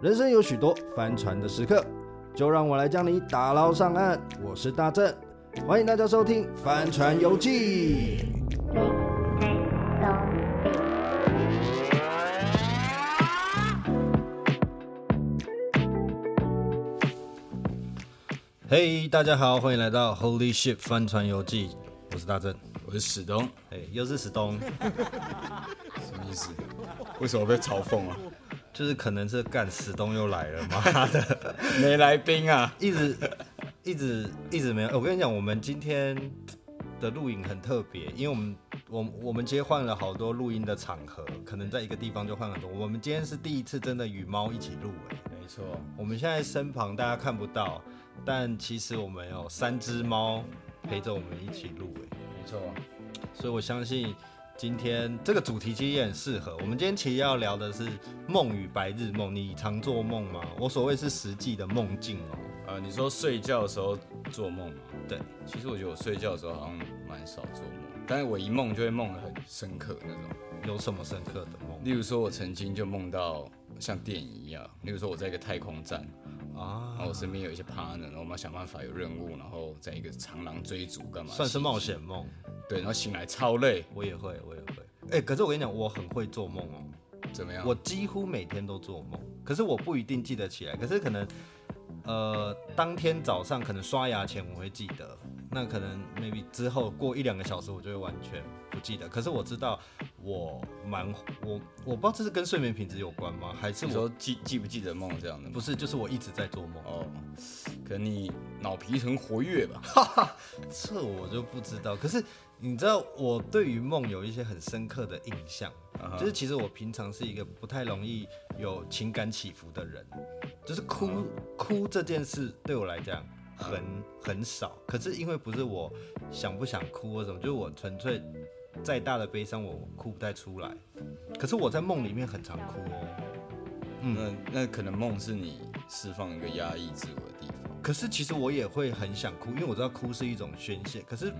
人生有许多翻船的时刻，就让我来将你打捞上岸。我是大正，欢迎大家收听《帆船游记》。嘿、大家好，欢迎来到《Holy Ship 帆船游记》，我是大正。我是史东，哎、又是史 东，什么意思？为什么被嘲 讽啊？就是可能是干史东又来了， 妈的！没来宾啊？一直一直一直没有。我跟你讲，我们今天的录影很特别，因为我们我我们今天换了好多录音的场合，可能在一个地方就换很多。我们今天是第一次真的与猫一起录，哎，没错，我们现在身旁大家看不到，但其实我们有三只猫陪着我们一起录，哎，没错，所以我相信。今天这个主题其实也很适合。我们今天其实要聊的是梦与白日梦。你常做梦吗？我所谓是实际的梦境哦。呃，你说睡觉的时候做梦吗？对，其实我觉得我睡觉的时候好像蛮少做梦，但是我一梦就会梦得很深刻那种。有什么深刻的梦？例如说，我曾经就梦到像电影一样，例如说我在一个太空站，然啊，后我身边有一些 partner，然后我们要想办法有任务，然后在一个长廊追逐干嘛？算是冒险梦，对，然后醒来超累，我也会，我也会。哎、可是我跟你讲，我很会做梦哦，怎么样？我几乎每天都做梦，可是我不一定记得起来，可是可能，呃，当天早上可能刷牙前我会记得，那可能 maybe 之后过一两个小时我就会完全不记得，可是我知道我蛮我我不知道这是跟睡眠品质有关吗？还是你我说记记不记得梦这样的吗？不是，就是我一直在做梦，哦，可能你脑皮层活跃吧？这我就不知道。可是你知道我对于梦有一些很深刻的印象。啊哈就是其实我平常是一个不太容易有情感起伏的人，就是哭、啊哭这件事对我来讲很、很少。可是因为不是我想不想哭或什么，就是我纯粹再大的悲伤我哭不太出来。可是我在梦里面很常哭哦。那那可能梦是你释放一个压抑自我的地方。可是其实我也会很想哭，因为我知道哭是一种宣泄。可是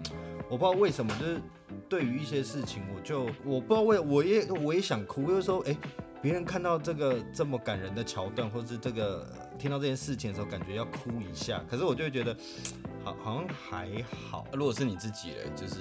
我不知道为什么，就是对于一些事情，我就我不知道为我也我也想哭，就是说，哎、别人看到这个这么感人的桥段，或是这个呃听到这件事情的时候，感觉要哭一下。可是我就会觉得，好好像还好啊。如果是你自己嘞，就是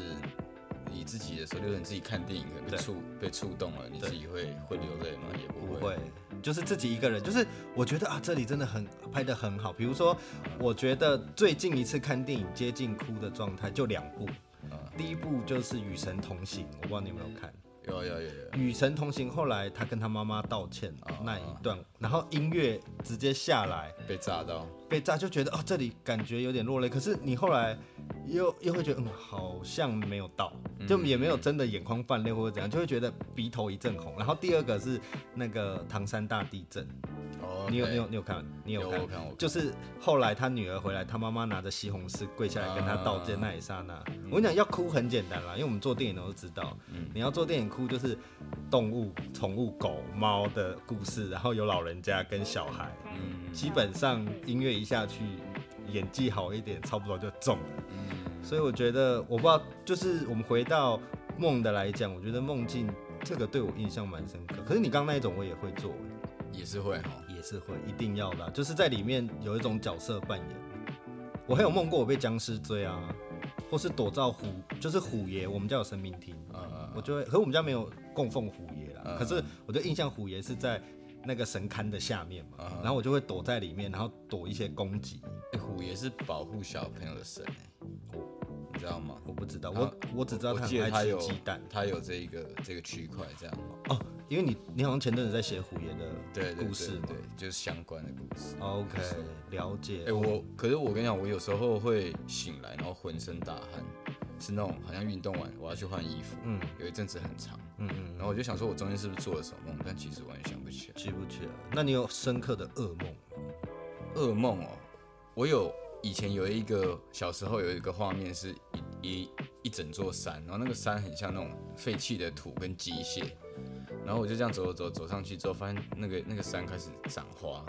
你自己的时候，就是你自己看电影可能被对触被触动了，你对自己会会流泪吗？也不不会。会，就是自己一个人，就是我觉得啊，这里真的很拍的很好。比如说，我觉得最近一次看电影接近哭的状态就两部，嗯第一部就是《与神同行》，我不知道你有没有看。有啊有啊有啊有啊《与神同行》后来他跟他妈妈道歉哦那一段，然后音乐直接下来啊被炸到，被炸，就觉得哦这里感觉有点落泪，可是你后来又又会觉得嗯好像没有到，嗯就也没有真的眼眶泛泪或者怎样，就会觉得鼻头一阵红。然后第二个是那个唐山大地震，哦，你有 OK 你有你有看，你有有看我。看我看就是后来他女儿回来，他妈妈拿着西红柿跪下来跟他道歉啊那一刹那，我跟你讲要哭很简单啦，因为我们做电影都知道，嗯你要做电影哭就是动物、宠物、狗、猫的故事，然后有老人家跟小孩，嗯基本上音乐一下去，演技好一点，差不多就中了。嗯所以我觉得，我不知道，就是我们回到梦的来讲，我觉得梦境这个对我印象蛮深刻。可是你刚刚那一种我也会做，也是会哦哈。也是会，一定要的啊、就是在里面有一种角色扮演。我还有梦过我被僵尸追啊，或是躲到虎，就是虎爷，我们家有神明厅，呃我就会，可是我们家没有供奉虎爷啦。嗯可是我就印象虎爷是在那个神龛的下面嘛，嗯然后我就会躲在里面，然后躲一些攻击。欸虎也是保护小朋友的神欸你知道吗？我不知道，啊我我只知道我他记得很他爱吃有鸡蛋他有这一个这个区块这样。哦，因为你你好像前阵子在写虎爷对的对故事对嘛。对，就是相关的故事。 OK，了解。哎、我可是我跟你讲，我有时候会醒来，然后浑身大汗，是那种好像运动完我要去换衣服，嗯有一阵子很长，嗯嗯，然后我就想说，我中间是不是做了什么梦？但其实完全想不起来。记不起来。那你有深刻的噩梦吗？噩梦哦，我有以前有一个小时候有一个画面是一一一整座山，然后那个山很像那种废弃的土跟机械，然后我就这样走走走走上去之后，发现那个那个山开始长花，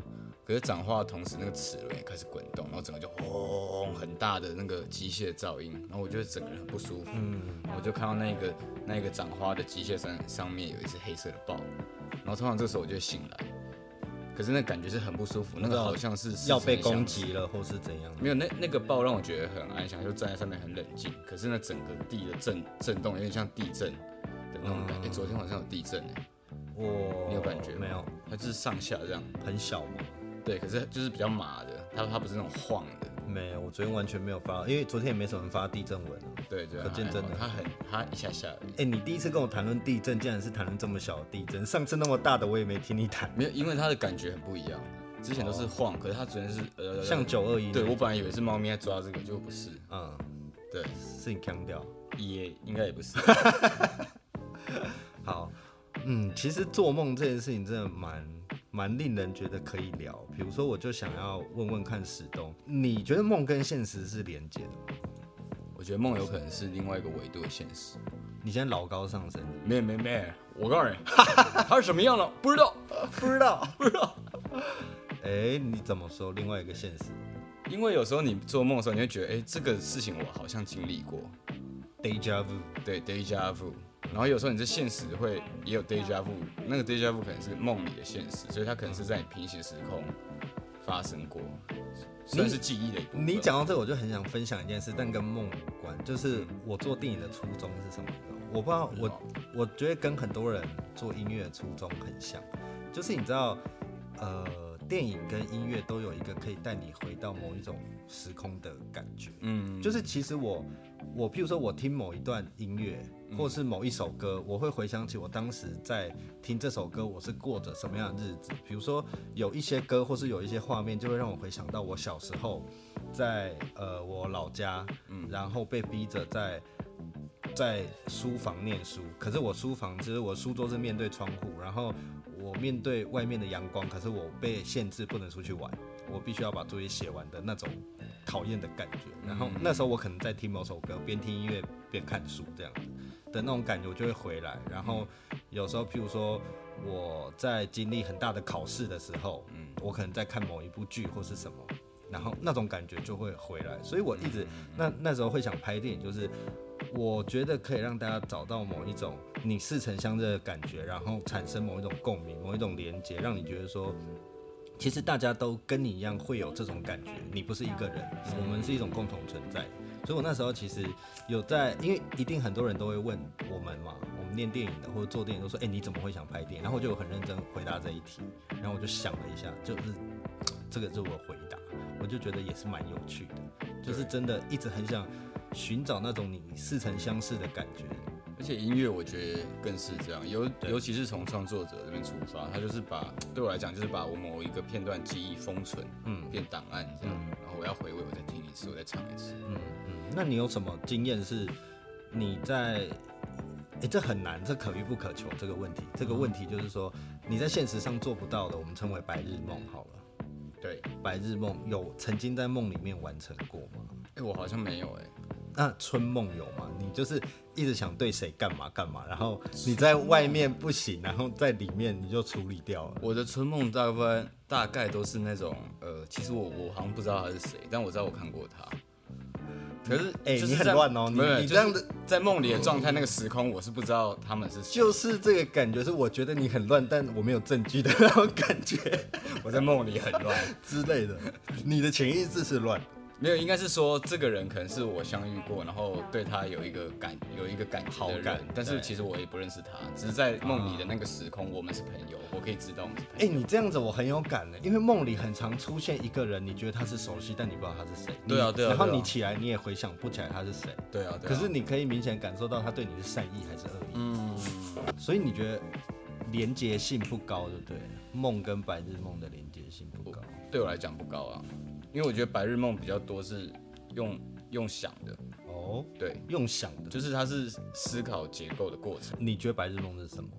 可是长花的同时，那个齿轮也开始滚动，然后整个就轰很大的那个机械噪音，然后我觉得整个人很不舒服。嗯然后我就看到那个那个长花的机械山上面有一只黑色的豹，然后通常这时候我就会醒来，可是那感觉是很不舒服，那知个道好像是似要曾被相攻识击了或是怎样的？没有，那那个爆让我觉得很安详，就站在上面很冷静。可是那整个地的震震动有点像地震的那种感嗯觉。昨天晚上有地震哎、我你有感觉吗没有？它就是上下这样。很小嘛，对，可是就是比较麻的，它它不是那种晃的。没有，我昨天完全没有发，因为昨天也没什么人发地震文、啊。对对，可见还真好的它很它一下下而已。哎、你第一次跟我谈论地震，竟然是谈论这么小的地震，上次那么大的我也没听你谈，没有，因为它的感觉很不一样。之前都是晃，可是它昨天是呃，哦像九二一。对我本来以为是猫咪在抓这个，就不是。嗯，对，是你腔调。也应该也不 是。好，嗯，其实做梦这件事情真的蛮蛮令人觉得可以聊。比如说，我就想要问问看史东，你觉得梦跟现实是连接的吗？我觉得梦有可能是另外一个维度的现实。你现在老高上身，没有没有没有，我告诉你，它是什么样的不知道。不知道，不知道。哎、你怎么说？另外一个现实因为有时候你做梦的时候，你会觉得，哎、这个事情我好像经历过， ，deja vu，对，deja vu。然后有时候你在现实会也有 deja vu，那个 deja vu 可能是梦里的现实，所以它可能是在你平行时空发生过，算是记忆的一部分。你讲到这，我就很想分享一件事，但跟梦无关，就是我做电影的初衷是什么？你知道吗我不知道，不知道我我觉得跟很多人做音乐的初衷很像，就是你知道，呃，电影跟音乐都有一个可以带你回到某一种时空的感觉。嗯，就是其实我，我譬如说我听某一段音乐，或是某一首歌，我会回想起我当时在听这首歌，我是过着什么样的日子。比如说有一些歌，或是有一些画面，就会让我回想到我小时候在呃我老家，然后被逼着在。在书房念书，可是我书房就是我书桌是面对窗户，然后我面对外面的阳光，可是我被限制不能出去玩，我必须要把作业写完的那种讨厌的感觉。然后那时候我可能在听某首歌，边听音乐边看书这样子的那种感觉，我就会回来。然后有时候，譬如说我在经历很大的考试的时候，嗯，我可能在看某一部剧或是什么，然后那种感觉就会回来。所以我一直那那时候会想拍电影，就是我觉得可以让大家找到某一种你似曾相认的感觉，然后产生某一种共鸣、某一种连接，让你觉得说，其实大家都跟你一样会有这种感觉，你不是一个人，我们是一种共同存在。所以我那时候其实有在，因为一定很多人都会问我们嘛，我们念电影的或者做电影都说，哎、你怎么会想拍电影？然后我就有很认真回答这一题，然后我就想了一下，就是这个就是我回答，我就觉得也是蛮有趣的，就是真的一直很想寻找那种你似曾相识的感觉。而且音乐我觉得更是这样，尤尤其是从创作者这边出发，他就是把对我来讲就是把我某一个片段记忆封存，嗯，变档案这样，然后我要回味，我再听一次，我再唱一次。嗯，那你有什么经验是你在？哎，这很难，这可遇不可求这个问题。这个问题就是说，你在现实上做不到的，我们称为白日梦好了。对，白日梦有曾经在梦里面完成过吗？哎、我好像没有哎、那春梦有吗？你就是一直想对谁干嘛干嘛，然后你在外面不行，然后在里面你就处理掉了。我的春梦大部分大概都是那种，呃，其实我我好像不知道他是谁，但我知道我看过他。可是，哎就是你很在乱哦你没有你就是这样子在梦里的状态，那个时空我是不知道他们是谁，就是这个感觉，是我觉得你很乱，但我没有证据的那种感觉 我在梦里很乱。之类的。你的潜意识是乱的，没有，应该是说这个人可能是我相遇过，然后对他有一个感有一个感觉的好人感但对啊是其实我也不认识他，只是在梦里的那个时空，我们是朋友，我可以知道我们是朋哎、你这样子我很有感呢，因为梦里很常出现一个人，你觉得他是熟悉，但你不知道他是谁。对啊你对啊然后对啊你起来，你也回想不起来他是谁。友。对啊，对可啊。是你可以明显感受到他对你是善意还是恶意，嗯，所以你觉得连结性不高，对不对了？梦跟白日梦的连结性不高。对我来讲不高啊，因为我觉得白日梦比较多是用用想的，哦，对，用想的，就是它是思考结构的过程。你觉得白日梦是什么？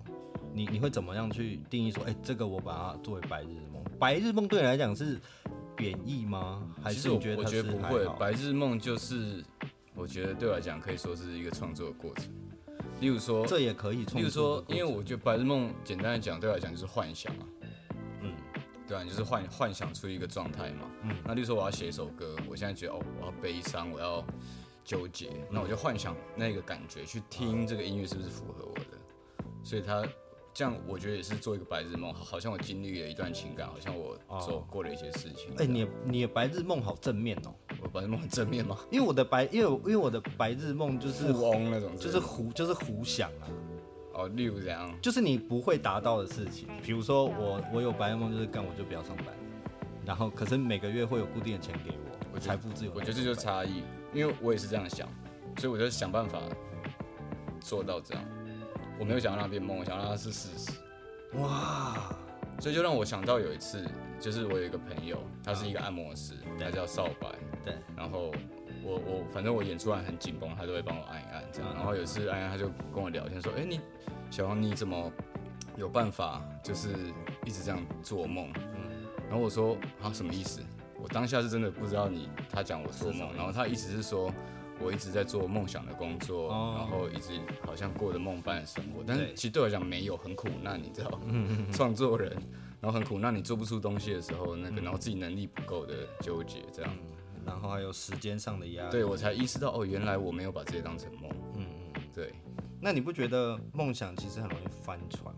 你你会怎么样去定义说，哎、这个我把它作为白日梦？白日梦对你来讲是贬义吗？还其实是我你觉得我它觉是得不还会，好？白日梦就是我觉得对我来讲可以说是一个创作的过程。例如说，这也可以例创如作说的，过程。因为我觉得白日梦简单来讲，对我来讲就是幻想啊，嗯，对啊，你就是幻幻想出一个状态嘛。嗯，那例如说我要写一首歌，我现在觉得哦，我要悲伤，我要纠结，嗯那我就幻想那个感觉去听这个音乐是不是符合我的，所以它这样我觉得也是做一个白日梦，好好像我经历了一段情感，好像我走过了一些事情。哦哎、你的你的白日梦好正面哦，我白日梦很正面吗？因为我的白，因为我因为我的白日梦 就是富翁那种之就是类的，胡就是胡想啊，哦，例如怎样？就是你不会达到的事情。比如说我我有白日梦，就是干我就不要上班，然后可是每个月会有固定的钱给我，我觉得财富自由。我觉得这就是差异，因为我也是这样想，所以我就想办法做到这样。我没有想要让它变梦，我想让它是事实，哇，所以就让我想到有一次，就是我有一个朋友，他是一个按摩师，他叫少白，对，然后我我反正我演出完很紧绷，他都会帮我按一按这样。嗯然后有一次按一按，他就跟我聊天说：“哎、你小王你怎么有办法就是一直这样做梦？”嗯，然后我说啊，什么意思？我当下是真的不知道你他讲我做是什么意梦，思然后他意思是说我一直在做梦想的工作，哦然后一直好像过着梦般的生活，但是对嗯其实对我来讲没有很苦难，你知道吗，创作人，然后很苦难，你做不出东西的时候，嗯那个然后自己能力不够的纠结，这样，然后还有时间上的压力。对我才意识到哦，原来我没有把这些当成梦，嗯，嗯嗯对，那你不觉得梦想其实很容易翻船吗？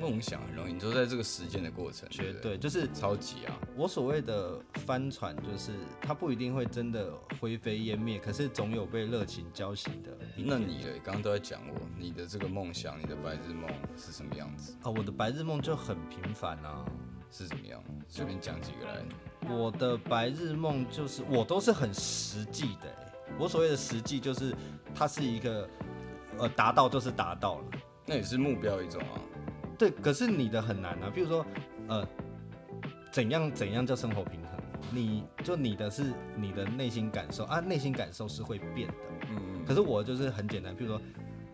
梦想很容易，你说在这个实践的过程，绝不对，就是超级啊，我所谓的帆船，就是它不一定会真的灰飞烟灭，可是总有被热情浇熄的一天。那你嘞，刚刚都在讲我你的这个梦想，你的白日梦是什么样子？啊、我的白日梦就很平凡啊。是怎么样？随便讲几个来。我的白日梦就是我都是很实际的、欸，我所谓的实际就是它是一个呃达到就是达到了，那也是目标一种啊，对。可是你的很难啊，譬如说呃怎样怎样叫生活平衡，你就你的是你的内心感受啊，内心感受是会变的。嗯可是我就是很简单，譬如说，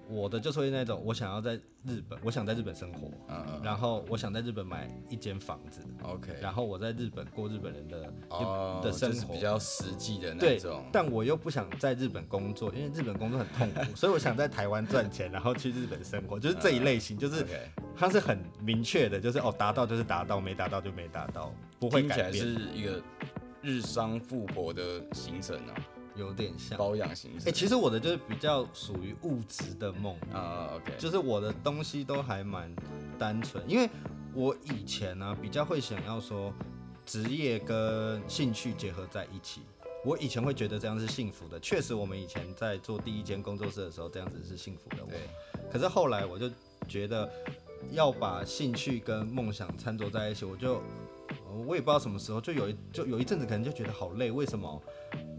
我的就是会那种，我想要在日本，我想在日本生活，嗯然后我想在日本买一间房子， ，OK，然后我在日本过日本人的、哦，的就生是活比。较实际的那对种，，但我又不想在日本工作，因为日本工作很痛苦，所以我想在台湾赚钱，然后去日本生活，就是这嗯一类型，就就是它是很明确的，就是哦，达到就是达到，没达到就没达到，不会听起改来变，是一个日商富婆的行程啊，有点像。包养行哎、程。其实我的就是比较属于物质的梦，啊，OK，就是我的东西都还蛮单纯，因为我以前呢、比较会想要说职业跟兴趣结合在一起。我以前会觉得这样是幸福的，确实我们以前在做第一间工作室的时候，这样子是幸福的。对，可是后来我就觉得要把兴趣跟梦想掺杂在一起，我就呃我也不知道什么时候，就有一就有一阵子可能就觉得好累，为什么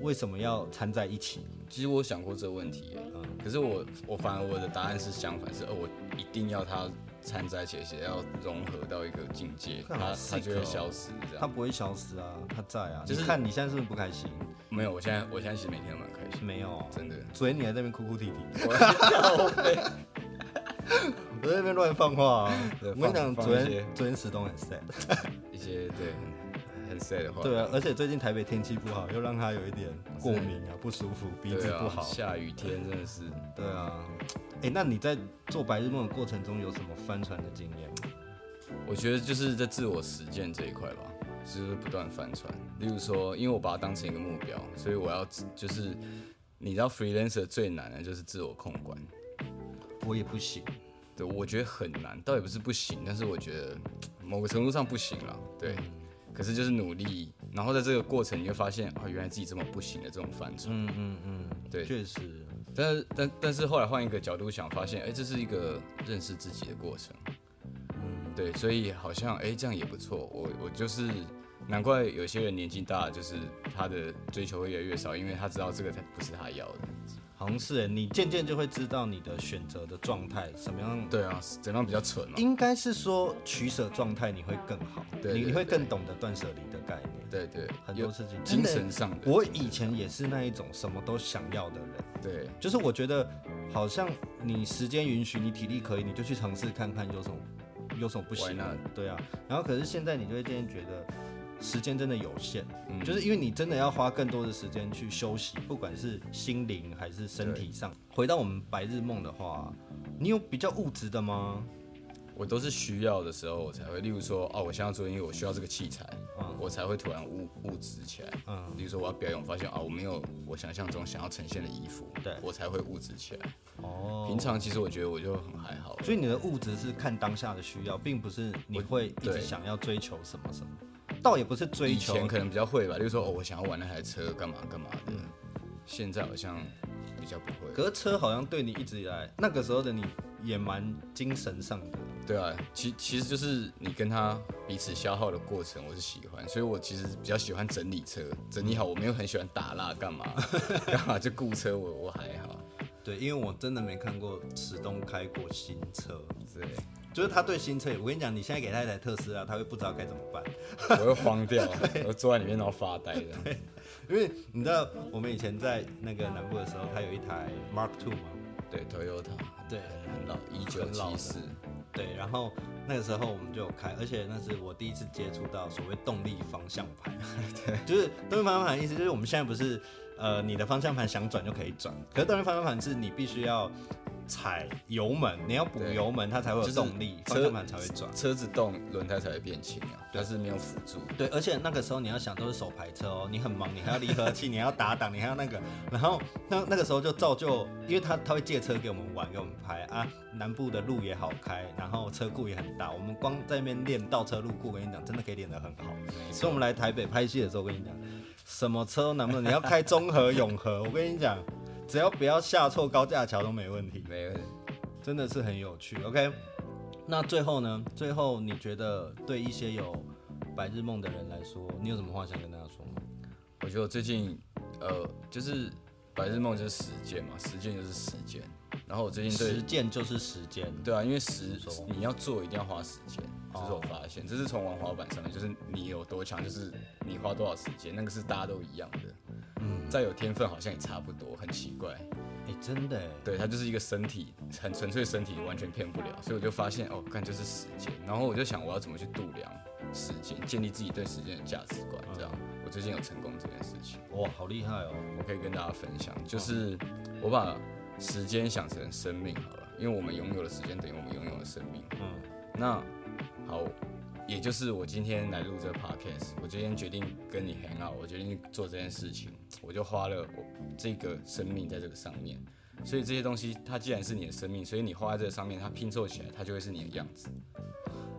为什么要掺在一起？其实我想过这个问题耶，嗯可是我我反而我的答案是相反，是哦，我一定要它掺在一起，而且要融合到一个境界，看好它它 sick 就会哦消失这它样。不会消失啊，它在啊。就是你看你现在是不是不开心？没有，我现在我现在其实每天都蛮开心，没有，真的。所以你还在那边哭哭啼啼，我靠背我在那边乱放话、啊对。我跟你放讲，放昨一些天昨天史东很 sad，一些对很很 sad 的话，对啊，而且最近台北天气不好，又让他有一点过敏啊，不舒服，鼻子对啊不好。下雨天真的是，对啊，哎、那你在做白日梦的过程中有什么翻船的经验吗？我觉得就是在自我实践这一块吧，就是不断翻船。例如说，因为我把它当成一个目标，所以我要就是你知道 freelancer 最难的就是自我控管，我也不行，对我觉得很难，倒也不是不行，但是我觉得某个程度上不行了，对。嗯可是就是努力，然后在这个过程你会发现，啊、原来自己这么不行的这种翻船。嗯嗯嗯，对确实，但是但但是后来换一个角度想，发现哎、诶这是一个认识自己的过程。嗯，对，所以好像哎、诶这样也不错。我我就是难怪有些人年纪大了，就是他的追求会越来越少，因为他知道这个才不是他要的。好像是诶欸你渐渐就会知道你的选择的状态什么样。对啊，怎样比较蠢嘛？应该是说取舍状态你会更好，对对你你会对更懂得断舍离的概念。对对，很有多事情精真的神上的。我以前也是那一种什么都想要的人，对就是我觉得好像你时间允许，你体力可以，你就去尝试看看有什么有什么不行 Why not？的，对啊。然后可是现在你就会渐渐觉得时间真的有限，嗯就是因为你真的要花更多的时间去休息，不管是心灵还是身体上。回到我们白日梦的话，你有比较物质的吗？我都是需要的时候我才会，例如说哦，我现在要做音乐，我需要这个器材，我才会突然物物质起来。嗯，例如说我要表演，我发现哦，我没有我想象中想要呈现的衣服，对我才会物质起来。哦，平常其实我觉得我就很还好，所以你的物质是看当下的需要，并不是你会一直对想要追求什么什么，倒也不是追以求，前可能比较会吧，例如说哦，我想要玩那台车干嘛干嘛的，现在好像比较不会。可是车好像对你一直以来那个时候的你也蛮精神上的，对啊，其其实就是你跟他彼此消耗的过程，我是喜欢，所以我其实比较喜欢整理车，整理好，我没有很喜欢打蜡干嘛 干嘛就雇车我，我还好，对，因为我真的没看过史东开过新车，对，就是他对新车，我跟你讲，你现在给他一台特斯拉，他会不知道该怎么办，我会 慌掉，我坐在里面然后发呆这样。因为你知道我们以前在那个南部的时候，他有一台 Mark Two 嘛，对，Toyota 对很老，一九很老七的四，对，然后那个时候我们就有开，而且那是我第一次接触到所谓动力方向盘。 对，就是动力方向盘的意思就是我们现在不是呃你的方向盘想转就可以转，可是动力方向盘是你必须要踩油门，你要补对油门，它才会有就是动力，方车向盘才会转。车子动，轮胎才会变轻啊，但是没有辅助。对，而且那个时候你要想都是手排车哦，你很忙，你还要离合器，你还要打档，你还要那个，然后那那个时候就造就，因为他他会借车给我们玩，给我们拍啊，南部的路也好开，然后车库也很大，我们光在那边练倒车入库，我跟你讲，真的可以练得很好。所以我们来台北拍戏的时候，我跟你讲，什么车都难不能，你要开中和、永和，我跟你讲，只要不要下错高架桥都没问题。没有，真的是很有趣。OK，那最后呢？最后你觉得对一些有白日梦的人来说，你有什么话想跟大家说吗？我觉得我最近呃，就是白日梦就是实践嘛，实践就是实践。然后我最近嗯对实践就是时间，对啊，因为时说你要做一定要花时间，这是我哦发现，这是从玩滑板上面，就是你有多强，就是你花多少时间，那个是大家都一样的。嗯，再有天分好像也差不多，很奇怪。哎、真的哎，对，它就是一个身体，很纯粹身体，完全骗不了。所以我就发现哦，看就是时间，然后我就想我要怎么去度量时间，建立自己对时间的价值观，这样。我最近有成功这件事情，哇，好厉害哦！我可以跟大家分享，就是我把时间想成生命好了，因为我们拥有的时间等于我们拥有的生命。嗯那好，也就是我今天来录这个 podcast，我今天决定跟你 hang out，我决定做这件事情，我就花了我这个生命在这个上面。所以这些东西，它既然是你的生命，所以你花在这个上面，它拼凑起来，它就会是你的样子。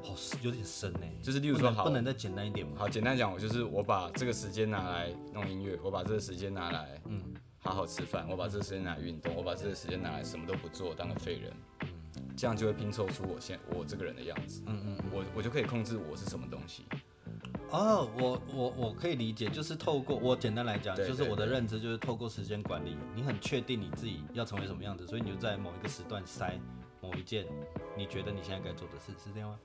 好有点深哎，就是比例如说，好不，能再简单一点吗？好，简单讲，我就是我把这个时间拿来弄音乐，我把这个时间拿来，嗯，好好吃饭，我把这个时间拿来运动，我把这个时间拿来什么都不做，当个废人，这样就会拼凑出我现我这个人的样子，嗯嗯，我我就可以控制我是什么东西，哦，我我我可以理解，就是透过我简单来讲，对就是我的对对认知就是透过时间管理，你很确定你自己要成为什么样子，所以你就在某一个时段塞某一件你觉得你现在该做的事，是这样吗？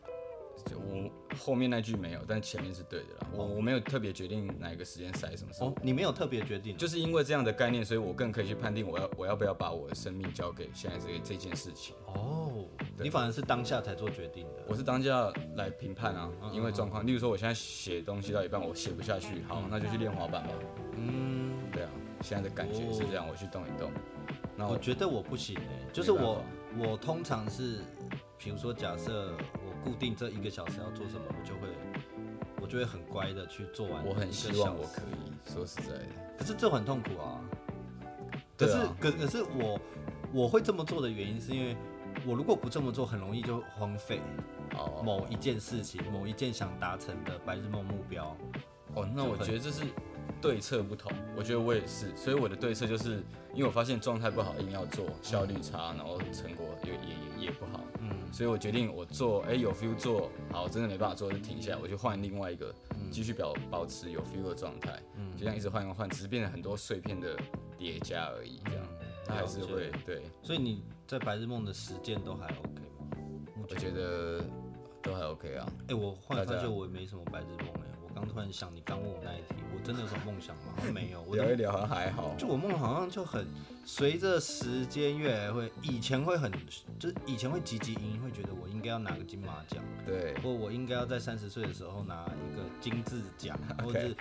就我后面那句没有，但前面是对的啦，我我没有特别决定哪一个时间塞什么事。哦，你没有特别决定啊，就是因为这样的概念，所以我更可以去判定我要我要不要把我的生命交给现在这个这件事情。哦，你反而是当下才做决定的。我是当下来评判啊，因为状况，例如说我现在写东西到一半，我写不下去，好，那就去练滑板吧。嗯，对啊，现在的感觉是这样，我去动一动。那我我觉得我不行哎、就是没办我法我通常是，比如说假设我固定这一个小时要做什么，我就会我就会很乖的去做完。我很希望我可，以，说实在的，可是这很痛苦啊。可对是、啊可可是我我会这么做的原因是因为我如果不这么做，很容易就荒废哦某一件事情，某一件想达成的白日梦目标。哦，那我觉得这是对策不同，我觉得我也是，所以我的对策就是因为我发现状态不好，硬要做，效率差，然后成果也也也也不好，嗯，所以我决定我做，哎，有 feel 做好，真的没办法做就停下来，我就换另外一个，继续表保持有 feel 的状态，嗯嗯，就这样一直换换换，只是变成很多碎片的叠加而已，这样，它嗯还是了解会对，所以你在白日梦的实践都还 OK 吗？我觉得都还 OK 啊，哎、我忽然大发家现我也没什么白日梦哎、我刚突然想，你刚问我那一题，我真的有什么梦想吗？好像没有，我聊一的聊好像还好，就我梦好像就很随着时间越来越会，以前会很就是以前会积极营营，会觉得我应该要拿个金马奖，对，或我应该要在三十岁的时候拿一个金质 奖，或者是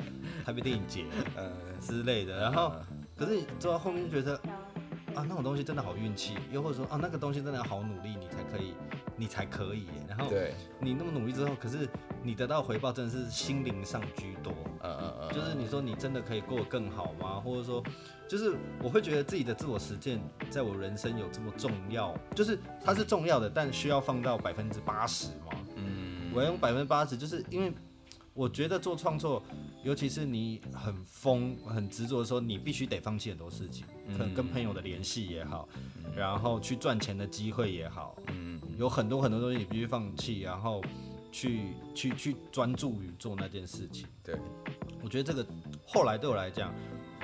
台北电影节呃，之类 的。然后，嗯可是你做到后面就觉得啊，那种东西真的好运气，又或者说啊，那个东西真的要好努力，你才可以你才可以耶。然后对，你那么努力之后，可是你得到回报真的是心灵上居多。呃呃呃，就是你说你真的可以过得更好吗？或者说，就是我会觉得自己的自我实践在我人生有这么重要，就是它是重要的，但需要放到百分之八十吗？嗯，我要用百分之八十，就是因为我觉得做创作，尤其是你很疯、很执着的时候，你必须得放弃很多事情，可能跟朋友的联系也好，然后去赚钱的机会也好，嗯，有很多很多东西你必须放弃，然后去去去专注于做那件事情。对，我觉得这个后来对我来讲，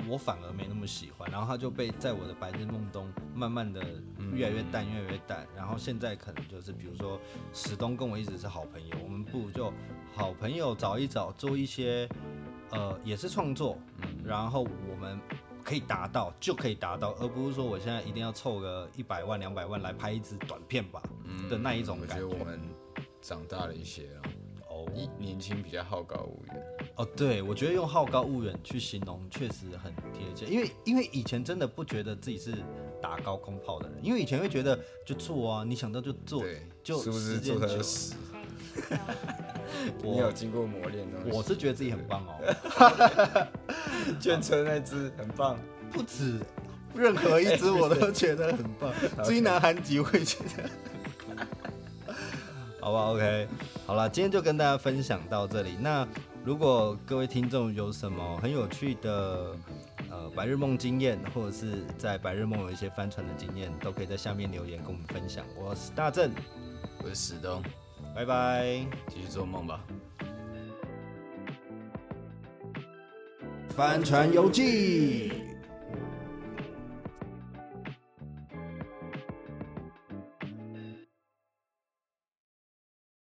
我反而没那么喜欢，然后它就被在我的白日梦中慢慢的嗯越来越淡，越来越淡。然后现在可能就是，比如说史东跟我一直是好朋友，我们不如就好朋友找一找，做一些呃也是创作，嗯然后我们。可以达到就可以达到，而不是说我现在一定要凑个一百万两百万来拍一支短片吧的那一种嗯我感觉得觉。我们长大了一些了，哦一年轻比较好高骛远，哦，对，我觉得用好高骛远去形容确实很贴切，因为因为以前真的不觉得自己是打高空炮的人，因为以前会觉得就做啊，你想到就做，对，就是不是时间做他久的了死？你有我经过磨练的东西， 我是觉得自己很棒哦，卷车那只很棒，不止任何一支我都觉得很棒，追男韩集会觉得。好吧，OK，好了，今天就跟大家分享到这里。那如果各位听众有什么很有趣的呃白日梦经验，或者是在白日梦有一些翻船的经验，都可以在下面留言跟我们分享。我是大正，我是史东，拜拜。继续做梦吧。帆船游记。